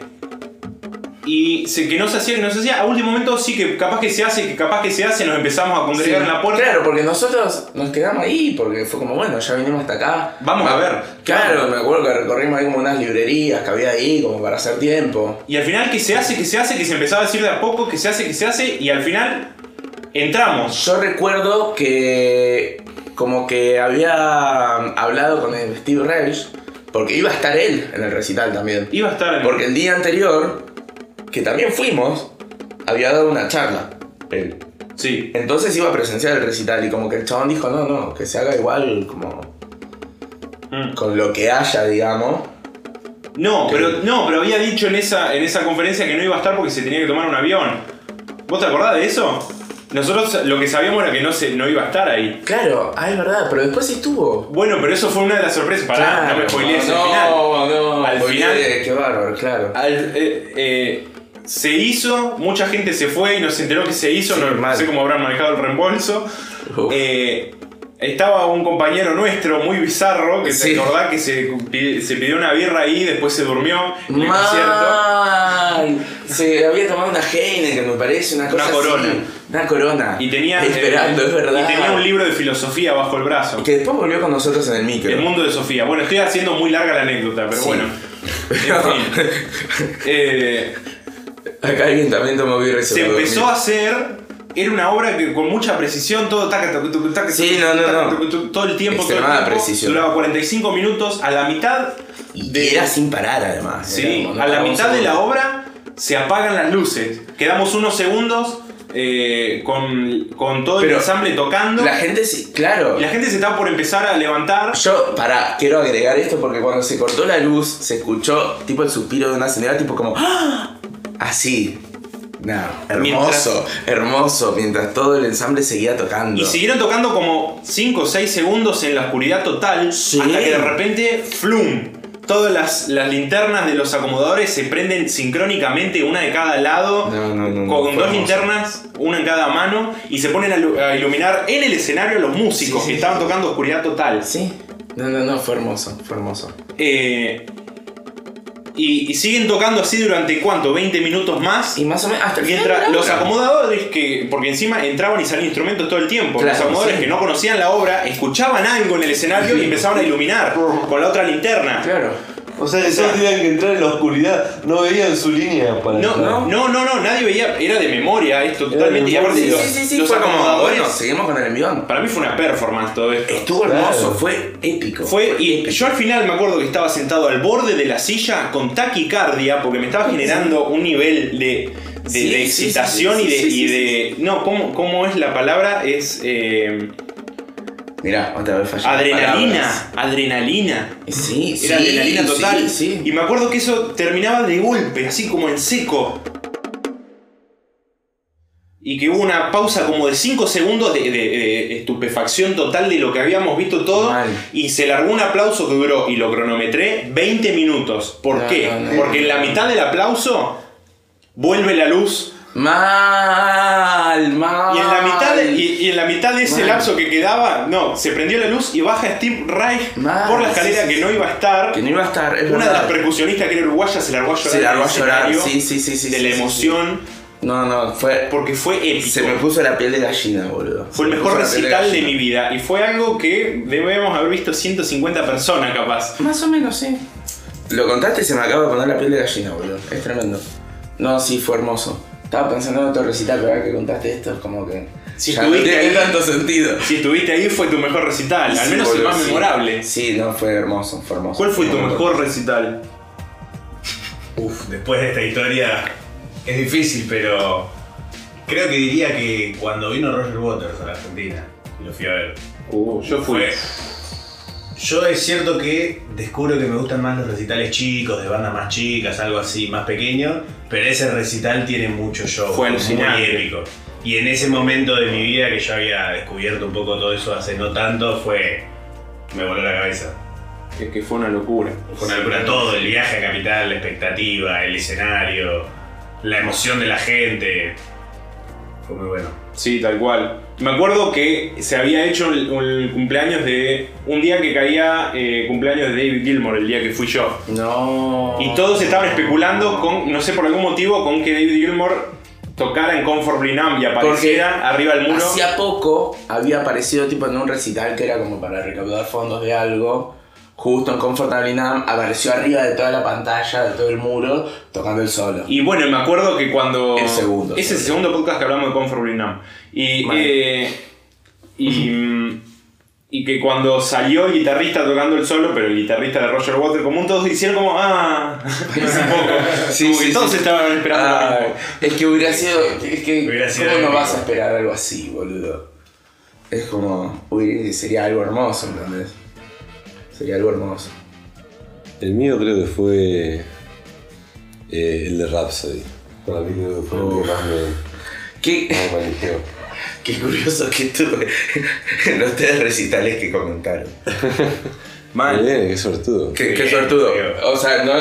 S3: y se- que no se hacía, que no se hacía. A último momento sí que capaz que se hace, que capaz que se hace, nos empezamos a congregar
S2: Sí.
S3: en la puerta.
S2: Claro, porque nosotros nos quedamos ahí, porque fue como, bueno, ya vinimos hasta acá.
S3: Vamos a
S2: Va-
S3: ver.
S2: Claro, me acuerdo que recorrimos ahí como unas librerías que había ahí, como para hacer tiempo.
S3: Y al final que se hace, que se hace, que se empezaba a decir de a poco, que se hace, que se hace. Y al final entramos.
S2: Yo recuerdo que como que había hablado con el Steve Reich, porque iba a estar él en el recital también.
S3: Iba a estar...
S2: Porque el día anterior, que también fuimos, había dado una charla. Él.
S3: Sí.
S2: Entonces iba a presenciar el recital y como que el chabón dijo, no, no, que se haga igual como
S3: Mm.
S2: con lo que haya, digamos.
S3: No,
S2: Sí.
S3: pero, no, pero había dicho en esa, en esa conferencia que no iba a estar porque se tenía que tomar un avión. ¿Vos te acordás de eso? Nosotros lo que sabíamos era que no, se, no iba a estar ahí.
S2: Claro, ah, es verdad, pero después sí estuvo.
S3: Bueno, pero eso fue una de las sorpresas. Pará,
S2: Claro,
S3: no me spoilees
S2: no,
S3: el final.
S2: No,
S3: Al
S2: porque,
S3: final-
S2: eh, Qué bárbaro, claro.
S3: Al- eh, eh, se hizo, mucha gente se fue y nos enteró que se hizo.
S2: Sí,
S3: no,
S2: mal. Uh.
S3: sé cómo habrán manejado el reembolso.
S2: Uf.
S3: Eh, Estaba un compañero nuestro muy bizarro, que
S2: Sí.
S3: se acordá que se, pi- se pidió una birra ahí, después se durmió. en el concierto.
S2: Mal. Se había tomado una Heineken, me parece, una cosa
S3: Una Corona.
S2: así. Una corona.
S3: Y tenía,
S2: Esperando,
S3: eh,
S2: es verdad.
S3: y tenía un libro de filosofía bajo el brazo.
S2: Y que después volvió con nosotros en el micro.
S3: El mundo de Sofía. Bueno, estoy haciendo muy larga la anécdota, pero
S2: Sí.
S3: bueno. En fin. Eh,
S2: Acá alguien también tomó birra y se
S3: se
S2: fue a dormir.
S3: empezó a hacer. Era una obra que con mucha precisión, todo taca, taca, taca, taca,
S2: Sí, no, no,
S3: taca,
S2: no.
S3: taca, taca, todo el tiempo, todo el
S2: Extremada
S3: tiempo.
S2: precisión.
S3: Duraba 45 minutos, a la mitad
S2: Y
S3: de-
S2: era sin parar además.
S3: Sí,
S2: Era como,
S3: a la
S2: vamos
S3: mitad
S2: a-
S3: de la obra se apagan las luces. Quedamos unos segundos eh, con, con todo el
S2: Pero
S3: ensamble tocando.
S2: La gente sí, claro.
S3: y la gente se está por empezar a levantar.
S2: Yo, para, quiero agregar esto porque cuando se cortó la luz se escuchó tipo el suspiro de una señora, tipo como ¡Ah! así. No, hermoso, hermoso, mientras todo el ensamble seguía tocando.
S3: Y siguieron tocando como 5 o 6 segundos en la oscuridad total.
S2: Sí.
S3: Hasta que de repente, ¡flum! Todas las, las linternas de los acomodadores se prenden sincrónicamente, una de cada lado,
S2: No, no, no, no, fue
S3: con dos
S2: hermoso.
S3: linternas, una en cada mano, y se ponen a, lu- a iluminar en el escenario a los músicos
S2: Sí, sí,
S3: que estaban tocando oscuridad total.
S2: Sí. No, no, no, fue hermoso, fue hermoso.
S3: Eh, y, y siguen tocando así durante cuánto, 20 minutos más.
S2: Y más o menos hasta el final
S3: Mientras
S2: de la
S3: los
S2: obra.
S3: acomodadores que. Porque encima entraban y salían instrumentos todo el tiempo.
S2: Claro,
S3: los acomodadores
S2: sí.
S3: que no conocían la obra escuchaban algo en el escenario y empezaban a iluminar con la otra linterna.
S2: Claro.
S1: O sea, ellos tenían que entrar en la oscuridad, no veían su línea para
S3: No,
S1: entrar.
S3: no, no, no, no, nadie veía. Era de memoria esto
S1: de
S3: totalmente. Y aparte
S1: memoria.
S3: los,
S2: Sí, sí, sí,
S3: los
S2: fue como,
S3: acomodadores.
S2: bueno, seguimos con el envión.
S3: Para mí fue una performance todo esto.
S2: Estuvo
S1: Claro.
S2: hermoso, fue épico.
S3: Fue, y yo al final me acuerdo que estaba sentado al borde de la silla con taquicardia porque me estaba generando un nivel de, de-
S2: Sí,
S3: de
S2: sí, sí,
S3: excitación
S2: sí,
S3: y de.
S2: sí, sí,
S3: y de- no, ¿cómo, cómo es la palabra? Es. eh,
S2: Mirá, otra vez falló.
S3: adrenalina. Adrenalina.
S2: Sí, sí.
S3: Era adrenalina
S2: sí,
S3: total.
S2: Sí,
S3: Y me acuerdo que eso terminaba de golpe, así como en seco. Y que hubo una pausa como de 5 segundos de, de- de estupefacción total de lo que habíamos visto todo.
S2: Mal.
S3: Y se largó un aplauso que duró, y lo cronometré, 20 minutos. ¿Por
S2: No,
S3: qué?
S2: no, no.
S3: Porque en la mitad del aplauso vuelve la luz.
S2: Mal, mal.
S3: Y en, la mitad de, y, y en la mitad de ese
S2: Mal.
S3: lapso que quedaba, no, se prendió la luz y baja Steve Reich
S2: Mal,
S3: por la
S2: sí,
S3: escalera
S2: sí,
S3: que
S2: sí.
S3: no iba a estar.
S2: Que no iba a estar. Es
S3: Una de las
S2: verdad.
S3: percusionistas que era uruguaya se largó a llorar.
S2: Se largó
S3: en
S2: a
S3: el
S2: llorar.
S3: escenario
S2: Sí, sí, sí, sí.
S3: De
S2: sí,
S3: la
S2: sí,
S3: emoción,
S2: sí. No, no, fue.
S3: porque fue épico.
S2: Se me puso la piel de gallina, boludo.
S3: Fue el
S2: Se me
S3: mejor
S2: puso la piel
S3: recital de
S2: gallina.
S3: mi vida. Y fue algo que debemos haber visto 150 personas, capaz.
S2: Más o menos, sí. Lo contaste y se me acaba de poner la piel de gallina, boludo. Es tremendo. No, sí, fue hermoso. Estaba pensando en otro recital, pero ahora que contaste esto, es como que.
S3: Si
S2: ya no
S3: estuviste
S2: tiene
S3: ahí-
S2: tanto sentido.
S3: Si estuviste ahí, fue tu mejor recital. Al
S2: Sí,
S3: menos el
S2: boludo,
S3: más
S2: sí.
S3: memorable.
S2: Sí, no, fue hermoso, fue hermoso.
S3: ¿Cuál fue tu
S2: Hermoso.
S3: mejor recital?
S4: Uf, después de esta historia es difícil, pero creo que diría que cuando vino Roger Waters a la Argentina, y lo fui a ver,
S1: Oh.
S3: yo fui.
S4: Yo es cierto que descubro que me gustan más los recitales chicos, de bandas más chicas, algo así, más pequeño, pero ese recital tiene mucho show,
S3: Fue alucinante.
S4: muy épico. Y en ese momento de mi vida que yo había descubierto un poco todo eso hace no tanto, fue... me voló la cabeza.
S3: Es que fue una locura.
S4: Con alguna todo, el viaje a Capital, la expectativa, el escenario, la emoción de la gente. Fue muy bueno.
S3: Sí, tal cual. Me acuerdo que se había hecho el, el cumpleaños de. Un día que caía eh, cumpleaños de David Gilmour, el día que fui yo.
S2: No.
S3: Y todos estaban especulando con, no sé por algún motivo, con que David Gilmour tocara en Comfort Blinam y apareciera arriba del muro.
S2: Hacía poco había aparecido tipo en un recital que era como para recaudar fondos de algo. Justo en Comfortable Nam apareció arriba de toda la pantalla, de todo el muro, tocando el solo.
S3: Y bueno, me acuerdo que cuando.
S2: El segundo.
S3: Es el segundo podcast que hablamos de Comfort Blinam. Y.
S2: Vale.
S3: eh, y. mm, y que cuando salió el guitarrista tocando el solo, pero el guitarrista de Roger Waters común, todos hicieron como, ah, hace poco.
S2: Sí,
S3: como que
S2: sí,
S3: todos
S2: sí.
S3: estaban esperando. lo
S2: Ah,
S3: mismo.
S2: es que hubiera sido. Es que,
S4: Hubiera sido
S2: ¿Cómo no
S4: épico.
S2: vas a esperar algo así, boludo? Es como. Uy, sería algo hermoso, ¿entendés? Sería algo hermoso.
S1: El mío creo que fue eh, el de Rhapsody. Para mí creo que fue el que más me,
S2: Qué,
S1: más me maniqueó.
S2: qué curioso que tuve los tres recitales que comentaron.
S1: Muy bien, qué sortudo.
S2: Qué, qué
S4: Bien,
S2: suertudo.
S4: tío.
S2: O sea, no,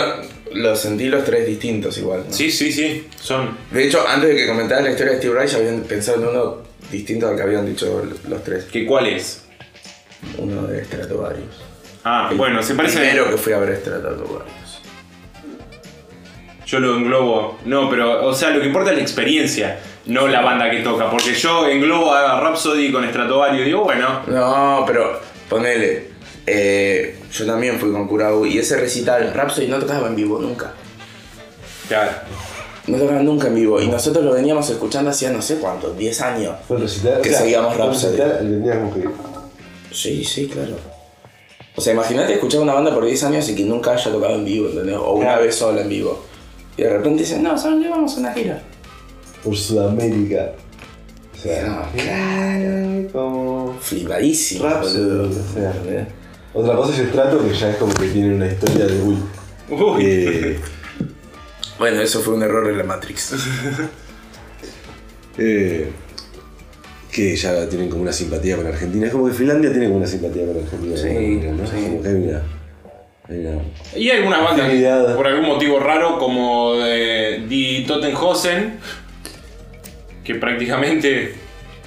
S2: los sentí los tres distintos igual. ¿no?
S3: Sí, sí, sí. Son.
S2: De hecho, antes de que comentaras la historia de Steve Rice, habían pensado en uno distinto al que habían dicho los tres.
S3: ¿Que ¿Cuál es?
S2: uno de Stratovarius.
S3: Ah,
S2: El
S3: bueno, se parece.
S2: Primero que fui a ver Stratovarius.
S3: Yo lo englobo. No, pero, o sea, lo que importa es la experiencia, no la banda que toca. Porque yo englobo a Rhapsody con Stratovarius y digo, bueno,
S2: No, pero ponele. eh, yo también fui con Kurau y ese recital, Rhapsody no tocaba en vivo nunca.
S3: claro.
S2: No tocaban nunca en vivo y nosotros lo veníamos escuchando hacía no sé cuánto, 10 años.
S1: Fue el recital.
S2: Que seguíamos
S1: fue el
S2: Rhapsody.
S1: recital, y teníamos que ir.
S2: Sí, sí, claro. O sea, imagínate escuchar una banda por 10 años y que nunca haya tocado en vivo, ¿entendés? O una vez sola en vivo. Y de repente dicen, no, ¿saben qué? Vamos a una gira.
S1: Por Sudamérica. O sea,
S2: No, claro.
S1: como.
S2: Flipadísimo.
S1: Rhapsody,
S2: boludo.
S1: o sea. Otra cosa es el trato que ya es como que tiene una historia de Will.
S3: Uy.
S1: Eh,
S2: Bueno, eso fue un error en la Matrix.
S1: eh, que ya tienen como una simpatía con Argentina. Es como que Finlandia tiene como una simpatía con Argentina.
S2: Sí,
S1: de alguna manera, ¿no?
S2: sí.
S1: Como que hay una. Hay una
S3: Y hay algunas bandas,
S1: Afinidad.
S3: por algún motivo raro, como de Die Tottenhausen, que prácticamente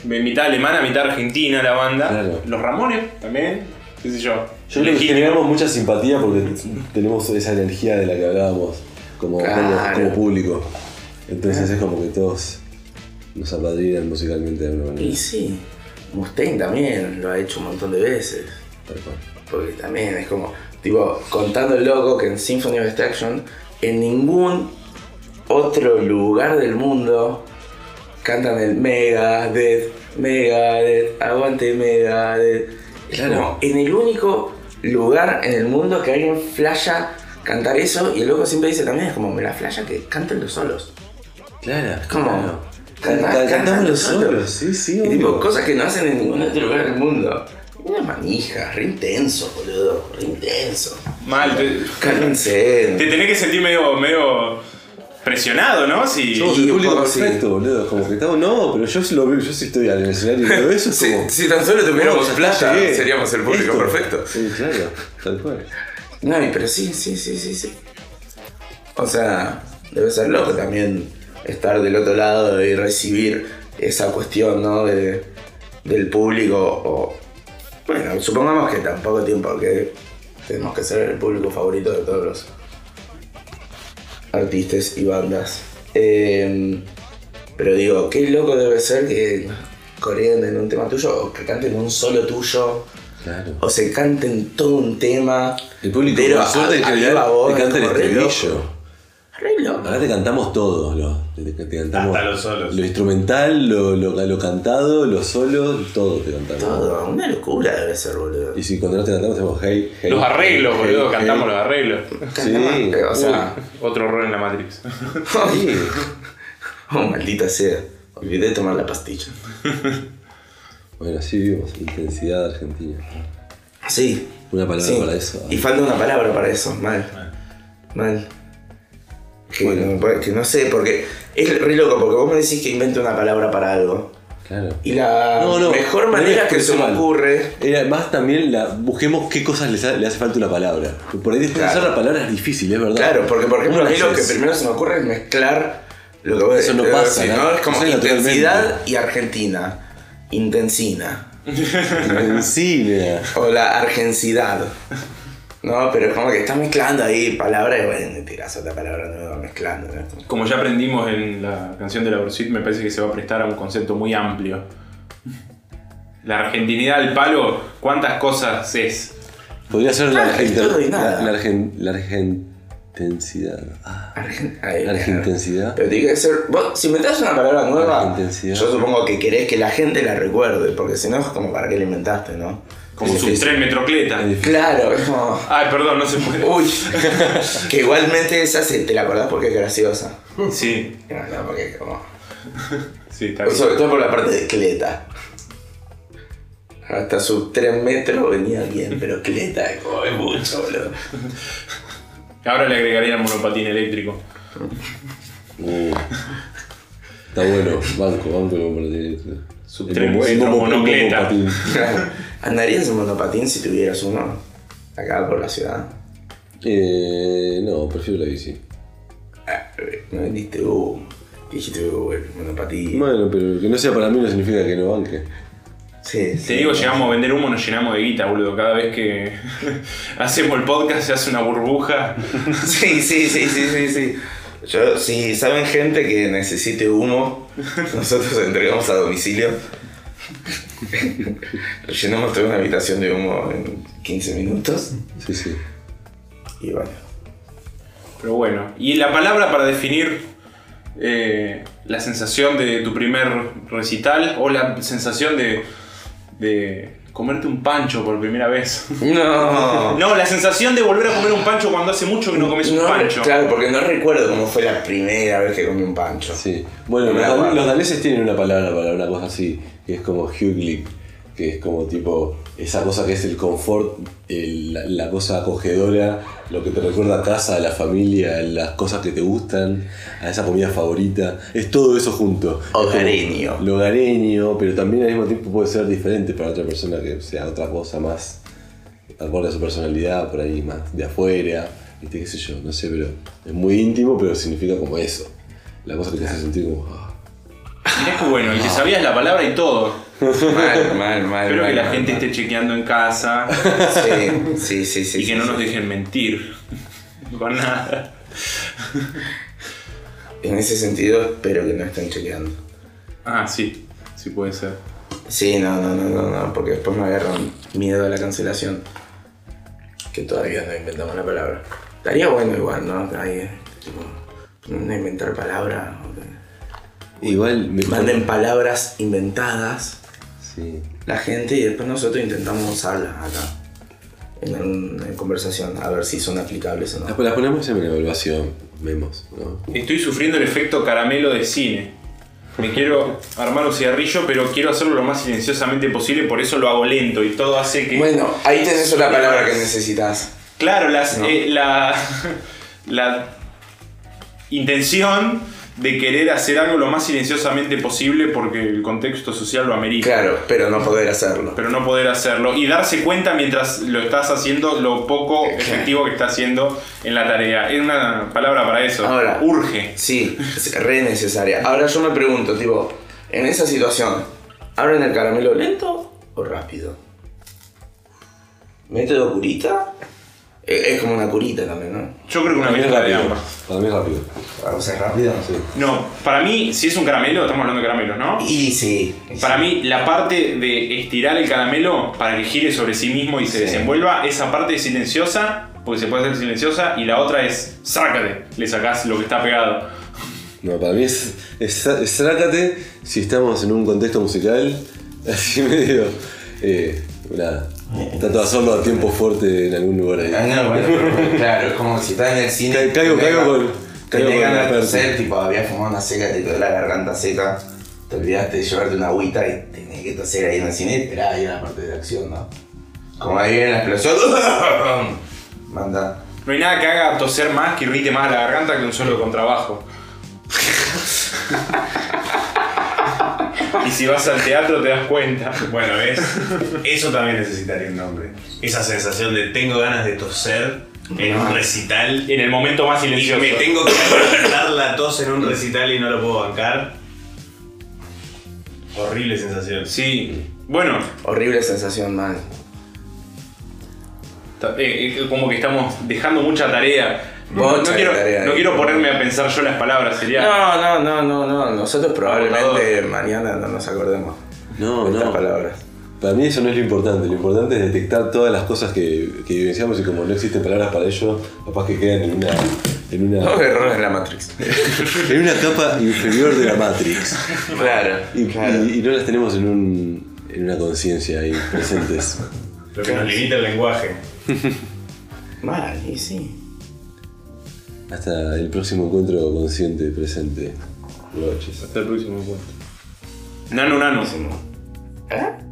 S3: de mitad alemana, mitad argentina la banda.
S1: Claro.
S3: Los Ramones también, qué sé yo.
S1: Yo creo que
S3: Legítimo.
S1: generamos mucha simpatía porque tenemos esa energía de la que hablábamos como, como-
S2: Claro.
S1: como público. Entonces es como que todos nos apadrinan musicalmente de alguna manera.
S2: y sí, Mustaine también lo ha hecho un montón de veces.
S1: Tal cual.
S2: Porque también es como, tipo, contando el loco que en Symphony of Destruction, en ningún otro lugar del mundo cantan el Megadeth, Megadeth, aguante Megadeth. Claro, en el único lugar en el mundo que alguien flasha cantar eso, y el loco siempre dice también, es como, me la flasha que canten los solos.
S1: Claro.
S2: Es como,
S1: Canta-
S2: cantan
S1: Cantamos los solos, sí, sí,
S2: Y
S1: obvio.
S2: tipo, cosas que no hacen en ningún otro lugar del mundo. Una manija, re intenso, boludo, re intenso.
S3: Mal, te, te
S2: Cálmense.
S3: tenés que sentir medio, medio presionado, ¿no? Si,
S1: Somos
S2: Y
S1: el
S2: un
S1: público
S2: poco así.
S1: perfecto, boludo. Como que estamos, no, pero yo sí lo veo, yo sí estoy en el escenario y todo eso es
S2: Si,
S1: como.
S2: si tan solo tuviéramos
S1: "Oh,
S2: plata,
S1: llegué".
S2: seríamos el público
S1: Esto.
S2: perfecto.
S1: Sí, claro, tal cual.
S2: No, y pero sí, sí, sí, sí, sí. O sea, debe ser loco también estar del otro lado y recibir esa cuestión, ¿no? De, del público o... Bueno, supongamos que tampoco tiempo que tenemos que ser el público favorito de todos los artistas y bandas. Eh, pero digo, qué loco debe ser que coreen en un tema tuyo o que canten un solo tuyo
S1: Claro.
S2: o se canten todo un tema.
S1: El público,
S2: entero
S1: por suerte, en
S2: a- a
S1: general,
S2: viva voz,
S1: te canta el
S2: como re
S1: estribillo.
S2: loco. Re loco.
S1: Acá te cantamos todo, lo, te, te- te cantamos
S4: Hasta los solos.
S1: Lo instrumental, lo, lo- lo cantado, lo solo, todo te cantamos.
S2: Todo, una locura debe ser, boludo.
S1: Y si cuando no te cantamos, tenemos hey, hey.
S3: los arreglos,
S1: hey,
S3: boludo,
S1: hey,
S3: cantamos
S1: hey.
S3: los arreglos. Ah,
S1: Sí.
S2: o sea,
S3: Otro error en la Matrix.
S1: Sí.
S2: oh, maldita sea. Olvidé tomar la pastilla.
S1: Bueno, así vivimos. Intensidad argentina.
S2: Sí.
S1: Una palabra
S2: sí.
S1: para eso.
S2: Y falta una palabra para eso, mal. Mal. Que,
S1: Bueno.
S2: no, puede- que no sé, porque es re loco, porque vos me decís que invento una palabra para algo.
S1: Claro.
S2: Y la
S1: No, no,
S2: mejor
S1: no
S2: manera
S1: es
S2: que se me
S1: personal.
S2: ocurre
S1: Era más también la, busquemos qué cosas le, ha- le hace falta una palabra. Por ahí después
S2: Claro.
S1: de usar la palabra es difícil, es verdad.
S2: Claro, porque por ejemplo, a mí lo que
S1: haces.
S2: primero se me ocurre es mezclar lo que vos
S1: Eso no
S2: eh,
S1: pasa,
S2: si
S1: ¿no?
S2: Es como
S1: Eso es
S2: intensidad
S1: naturalmente.
S2: y Argentina. Intensina.
S1: Encina.
S2: O la argencidad. No, pero es como que estás mezclando ahí palabras y bueno, tirás otra palabra nueva mezclando. ¿no?
S3: Como ya aprendimos en la canción de la Bursuit, me parece que se va a prestar a un concepto muy amplio. La argentinidad al palo, ¿cuántas cosas es?
S1: Podría ser la,
S2: Claro, es
S1: argenten-
S2: todo y nada.
S1: la, la argen- la argentensidad. Ah,
S2: Argen- ahí,
S1: Argentensidad.
S2: Pero tiene que ser. Vos, si metés una palabra nueva,
S1: Argentensidad.
S2: yo supongo que querés que la gente la recuerde, porque si no es como para qué la inventaste, ¿no?
S3: Como
S2: Sí,
S3: su
S2: sí.
S3: tren metrocleta.
S2: Claro, es como.
S3: Ay, perdón, no se puede.
S2: Uy, que igualmente esa se te la acordás porque es graciosa.
S3: Sí,
S2: No, no, porque como.
S3: sí, está bien.
S2: Sobre todo por la parte de Cleta. Hasta su 3 metros venía bien, pero Cleta es como es mucho, boludo.
S3: Ahora le agregaría el monopatín eléctrico.
S1: uh. Está bueno, banco, banco lo vamos a tener.
S3: Subtremo-
S1: El momo- el momo- el momo
S3: momonocleta.
S1: patín.
S2: ¿Andarías en monopatín si tuvieras uno? Acá por la ciudad.
S1: Eh, no, prefiero la bici.
S2: Ah, No vendiste uh, Dijiste uh, el monopatín.
S1: Bueno, pero que no sea para mí no significa que no banque.
S2: Sí,
S3: Te digo, llegamos a vender humo, nos llenamos de guita, boludo. Cada vez que hacemos el podcast se hace una burbuja.
S2: Sí, sí, sí, sí, sí, sí. Yo, si saben gente que necesite humo, nosotros entregamos a domicilio. Llenamos toda una habitación de humo en 15 minutos.
S1: Sí, sí.
S2: Y bueno.
S3: Pero bueno, y la palabra para definir eh, la sensación de tu primer recital o la sensación de, de comerte un pancho por primera vez.
S2: No.
S3: No, la sensación de volver a comer un pancho cuando hace mucho que no comes un pancho.
S2: Claro, porque no recuerdo cómo fue la primera vez que comí un pancho.
S1: Sí. Bueno,
S2: Una
S1: los, dan-
S2: barra.
S1: los daneses tienen una palabra para una cosa así, que es como huglik, que es como tipo esa cosa que es el confort, el- la, la cosa acogedora, lo que te recuerda a casa, a la familia, a las cosas que te gustan, a esa comida favorita. Es todo eso junto. Es como
S2: Hogareño.
S1: Lo hogareño, pero también al mismo tiempo puede ser diferente para otra persona que sea otra cosa más acorde a su personalidad, por ahí más de afuera, ¿viste? qué sé yo, no sé, pero es muy íntimo, pero significa como eso. La cosa que te hace sentir como. ah.
S3: Mirá que bueno, y te sabías la palabra y todo.
S2: Mal, mal, mal.
S3: Espero
S2: mal,
S3: que la
S2: mal,
S3: gente
S2: mal.
S3: esté chequeando en casa
S2: Sí, sí, sí. sí
S3: y que no
S2: sí,
S3: nos
S2: sí.
S3: dejen mentir. Con nada.
S2: En ese sentido, espero que no estén chequeando.
S3: Ah, sí, sí puede ser.
S2: Sí, no, no, no, no, no, porque después me agarran miedo a la cancelación. Que todavía no inventamos la palabra. Estaría bueno igual, ¿no? Ahí, eh, tipo, no inventar palabra. ok.
S1: Igual me
S2: Manden palabras inventadas
S1: Sí.
S2: la gente y después nosotros intentamos usarlas acá. En alguna conversación, a ver si son aplicables o
S1: Las
S2: no.
S1: las ponemos en una evaluación, vemos, ¿no?
S3: Estoy sufriendo el efecto caramelo de cine. Me quiero armar un cigarrillo, pero quiero hacerlo lo más silenciosamente posible, por eso lo hago lento y todo hace que.
S2: Bueno, ahí tenés la palabra que necesitas.
S3: Claro, las,
S2: No.
S3: eh, la, la intención de querer hacer algo lo más silenciosamente posible porque el contexto social lo amerita.
S2: Claro, pero no poder hacerlo.
S3: Pero no poder hacerlo y darse cuenta mientras lo estás haciendo lo poco efectivo que estás haciendo en la tarea. Es una palabra para eso.
S2: Ahora.
S3: Urge.
S2: Sí, es re necesaria. Ahora yo me pregunto, tipo, en esa situación, ¿abren el caramelo lento o rápido? ¿Método curita? Eh, Es como una curita también, ¿no?
S3: Yo creo que una
S1: Para mí es
S3: mezcla de
S1: rápido.
S3: ambas.
S1: Para mí es rápido.
S6: Ah,
S2: O sea, rápido.
S3: No, para mí, si es un caramelo, estamos hablando de caramelos, ¿no?
S2: Y sí.
S3: Para mí, la parte de estirar el caramelo para que gire sobre sí mismo y se desenvuelva, esa parte es silenciosa, porque se puede hacer silenciosa, y la otra es sácate, le sacás lo que está pegado.
S1: No, para mí es, es, es Trácate si estamos en un contexto musical, así medio. Eh, nada. Está todo haciendo a tiempo fuerte en algún lugar ahí.
S6: Ah, no, bueno, pero, claro, es como si estás en el cine.
S1: Ca-
S6: y
S1: caigo-
S6: te
S1: caigo
S6: da-
S1: con-
S6: Te
S1: caigo con
S6: llegan
S1: la
S6: a
S1: parte.
S6: toser, tipo, había fumado una seca, te quedó la garganta seca. Te olvidaste de llevarte una agüita y tenés que toser ahí en el cine. Esperá ahí en la parte de acción, ¿no? Como ahí viene la explosión. Manda.
S3: No hay nada que haga toser más, que irrite más la garganta que un solo contrabajo. y si vas al teatro te das cuenta.
S4: Bueno, ¿ves? Eso también necesitaría un nombre. Esa sensación de tengo ganas de toser en un recital.
S3: En el momento más
S4: Y
S3: silencioso.
S4: me tengo que aguantar la tos en un recital y no lo puedo bancar. Horrible sensación.
S3: Sí. Bueno,
S2: Horrible sensación, mal.
S3: Ta- eh, eh, como que estamos dejando mucha tarea. No,
S2: Mucha
S3: no quiero,
S2: tarea. eh.
S3: no quiero ponerme a pensar yo las palabras, sería.
S2: No, no, no, no, no. Nosotros probablemente mañana no nos acordemos
S1: No,
S2: de estas
S1: no.
S2: palabras.
S1: Para mí eso no es lo importante, lo importante es detectar todas las cosas que, que vivenciamos y como no existen palabras para ello, capaz que quedan en una, en
S2: Todos
S1: una,
S2: errores de la Matrix.
S1: en una capa inferior de la Matrix.
S2: claro,
S1: Y, y- y no las tenemos en, un, en una conciencia ahí presentes.
S4: Lo que nos limita el lenguaje.
S2: Mal, y sí.
S1: Hasta el próximo encuentro consciente presente. Buenas noches.
S3: Hasta el próximo encuentro. Nano, nano.
S2: ¿Eh?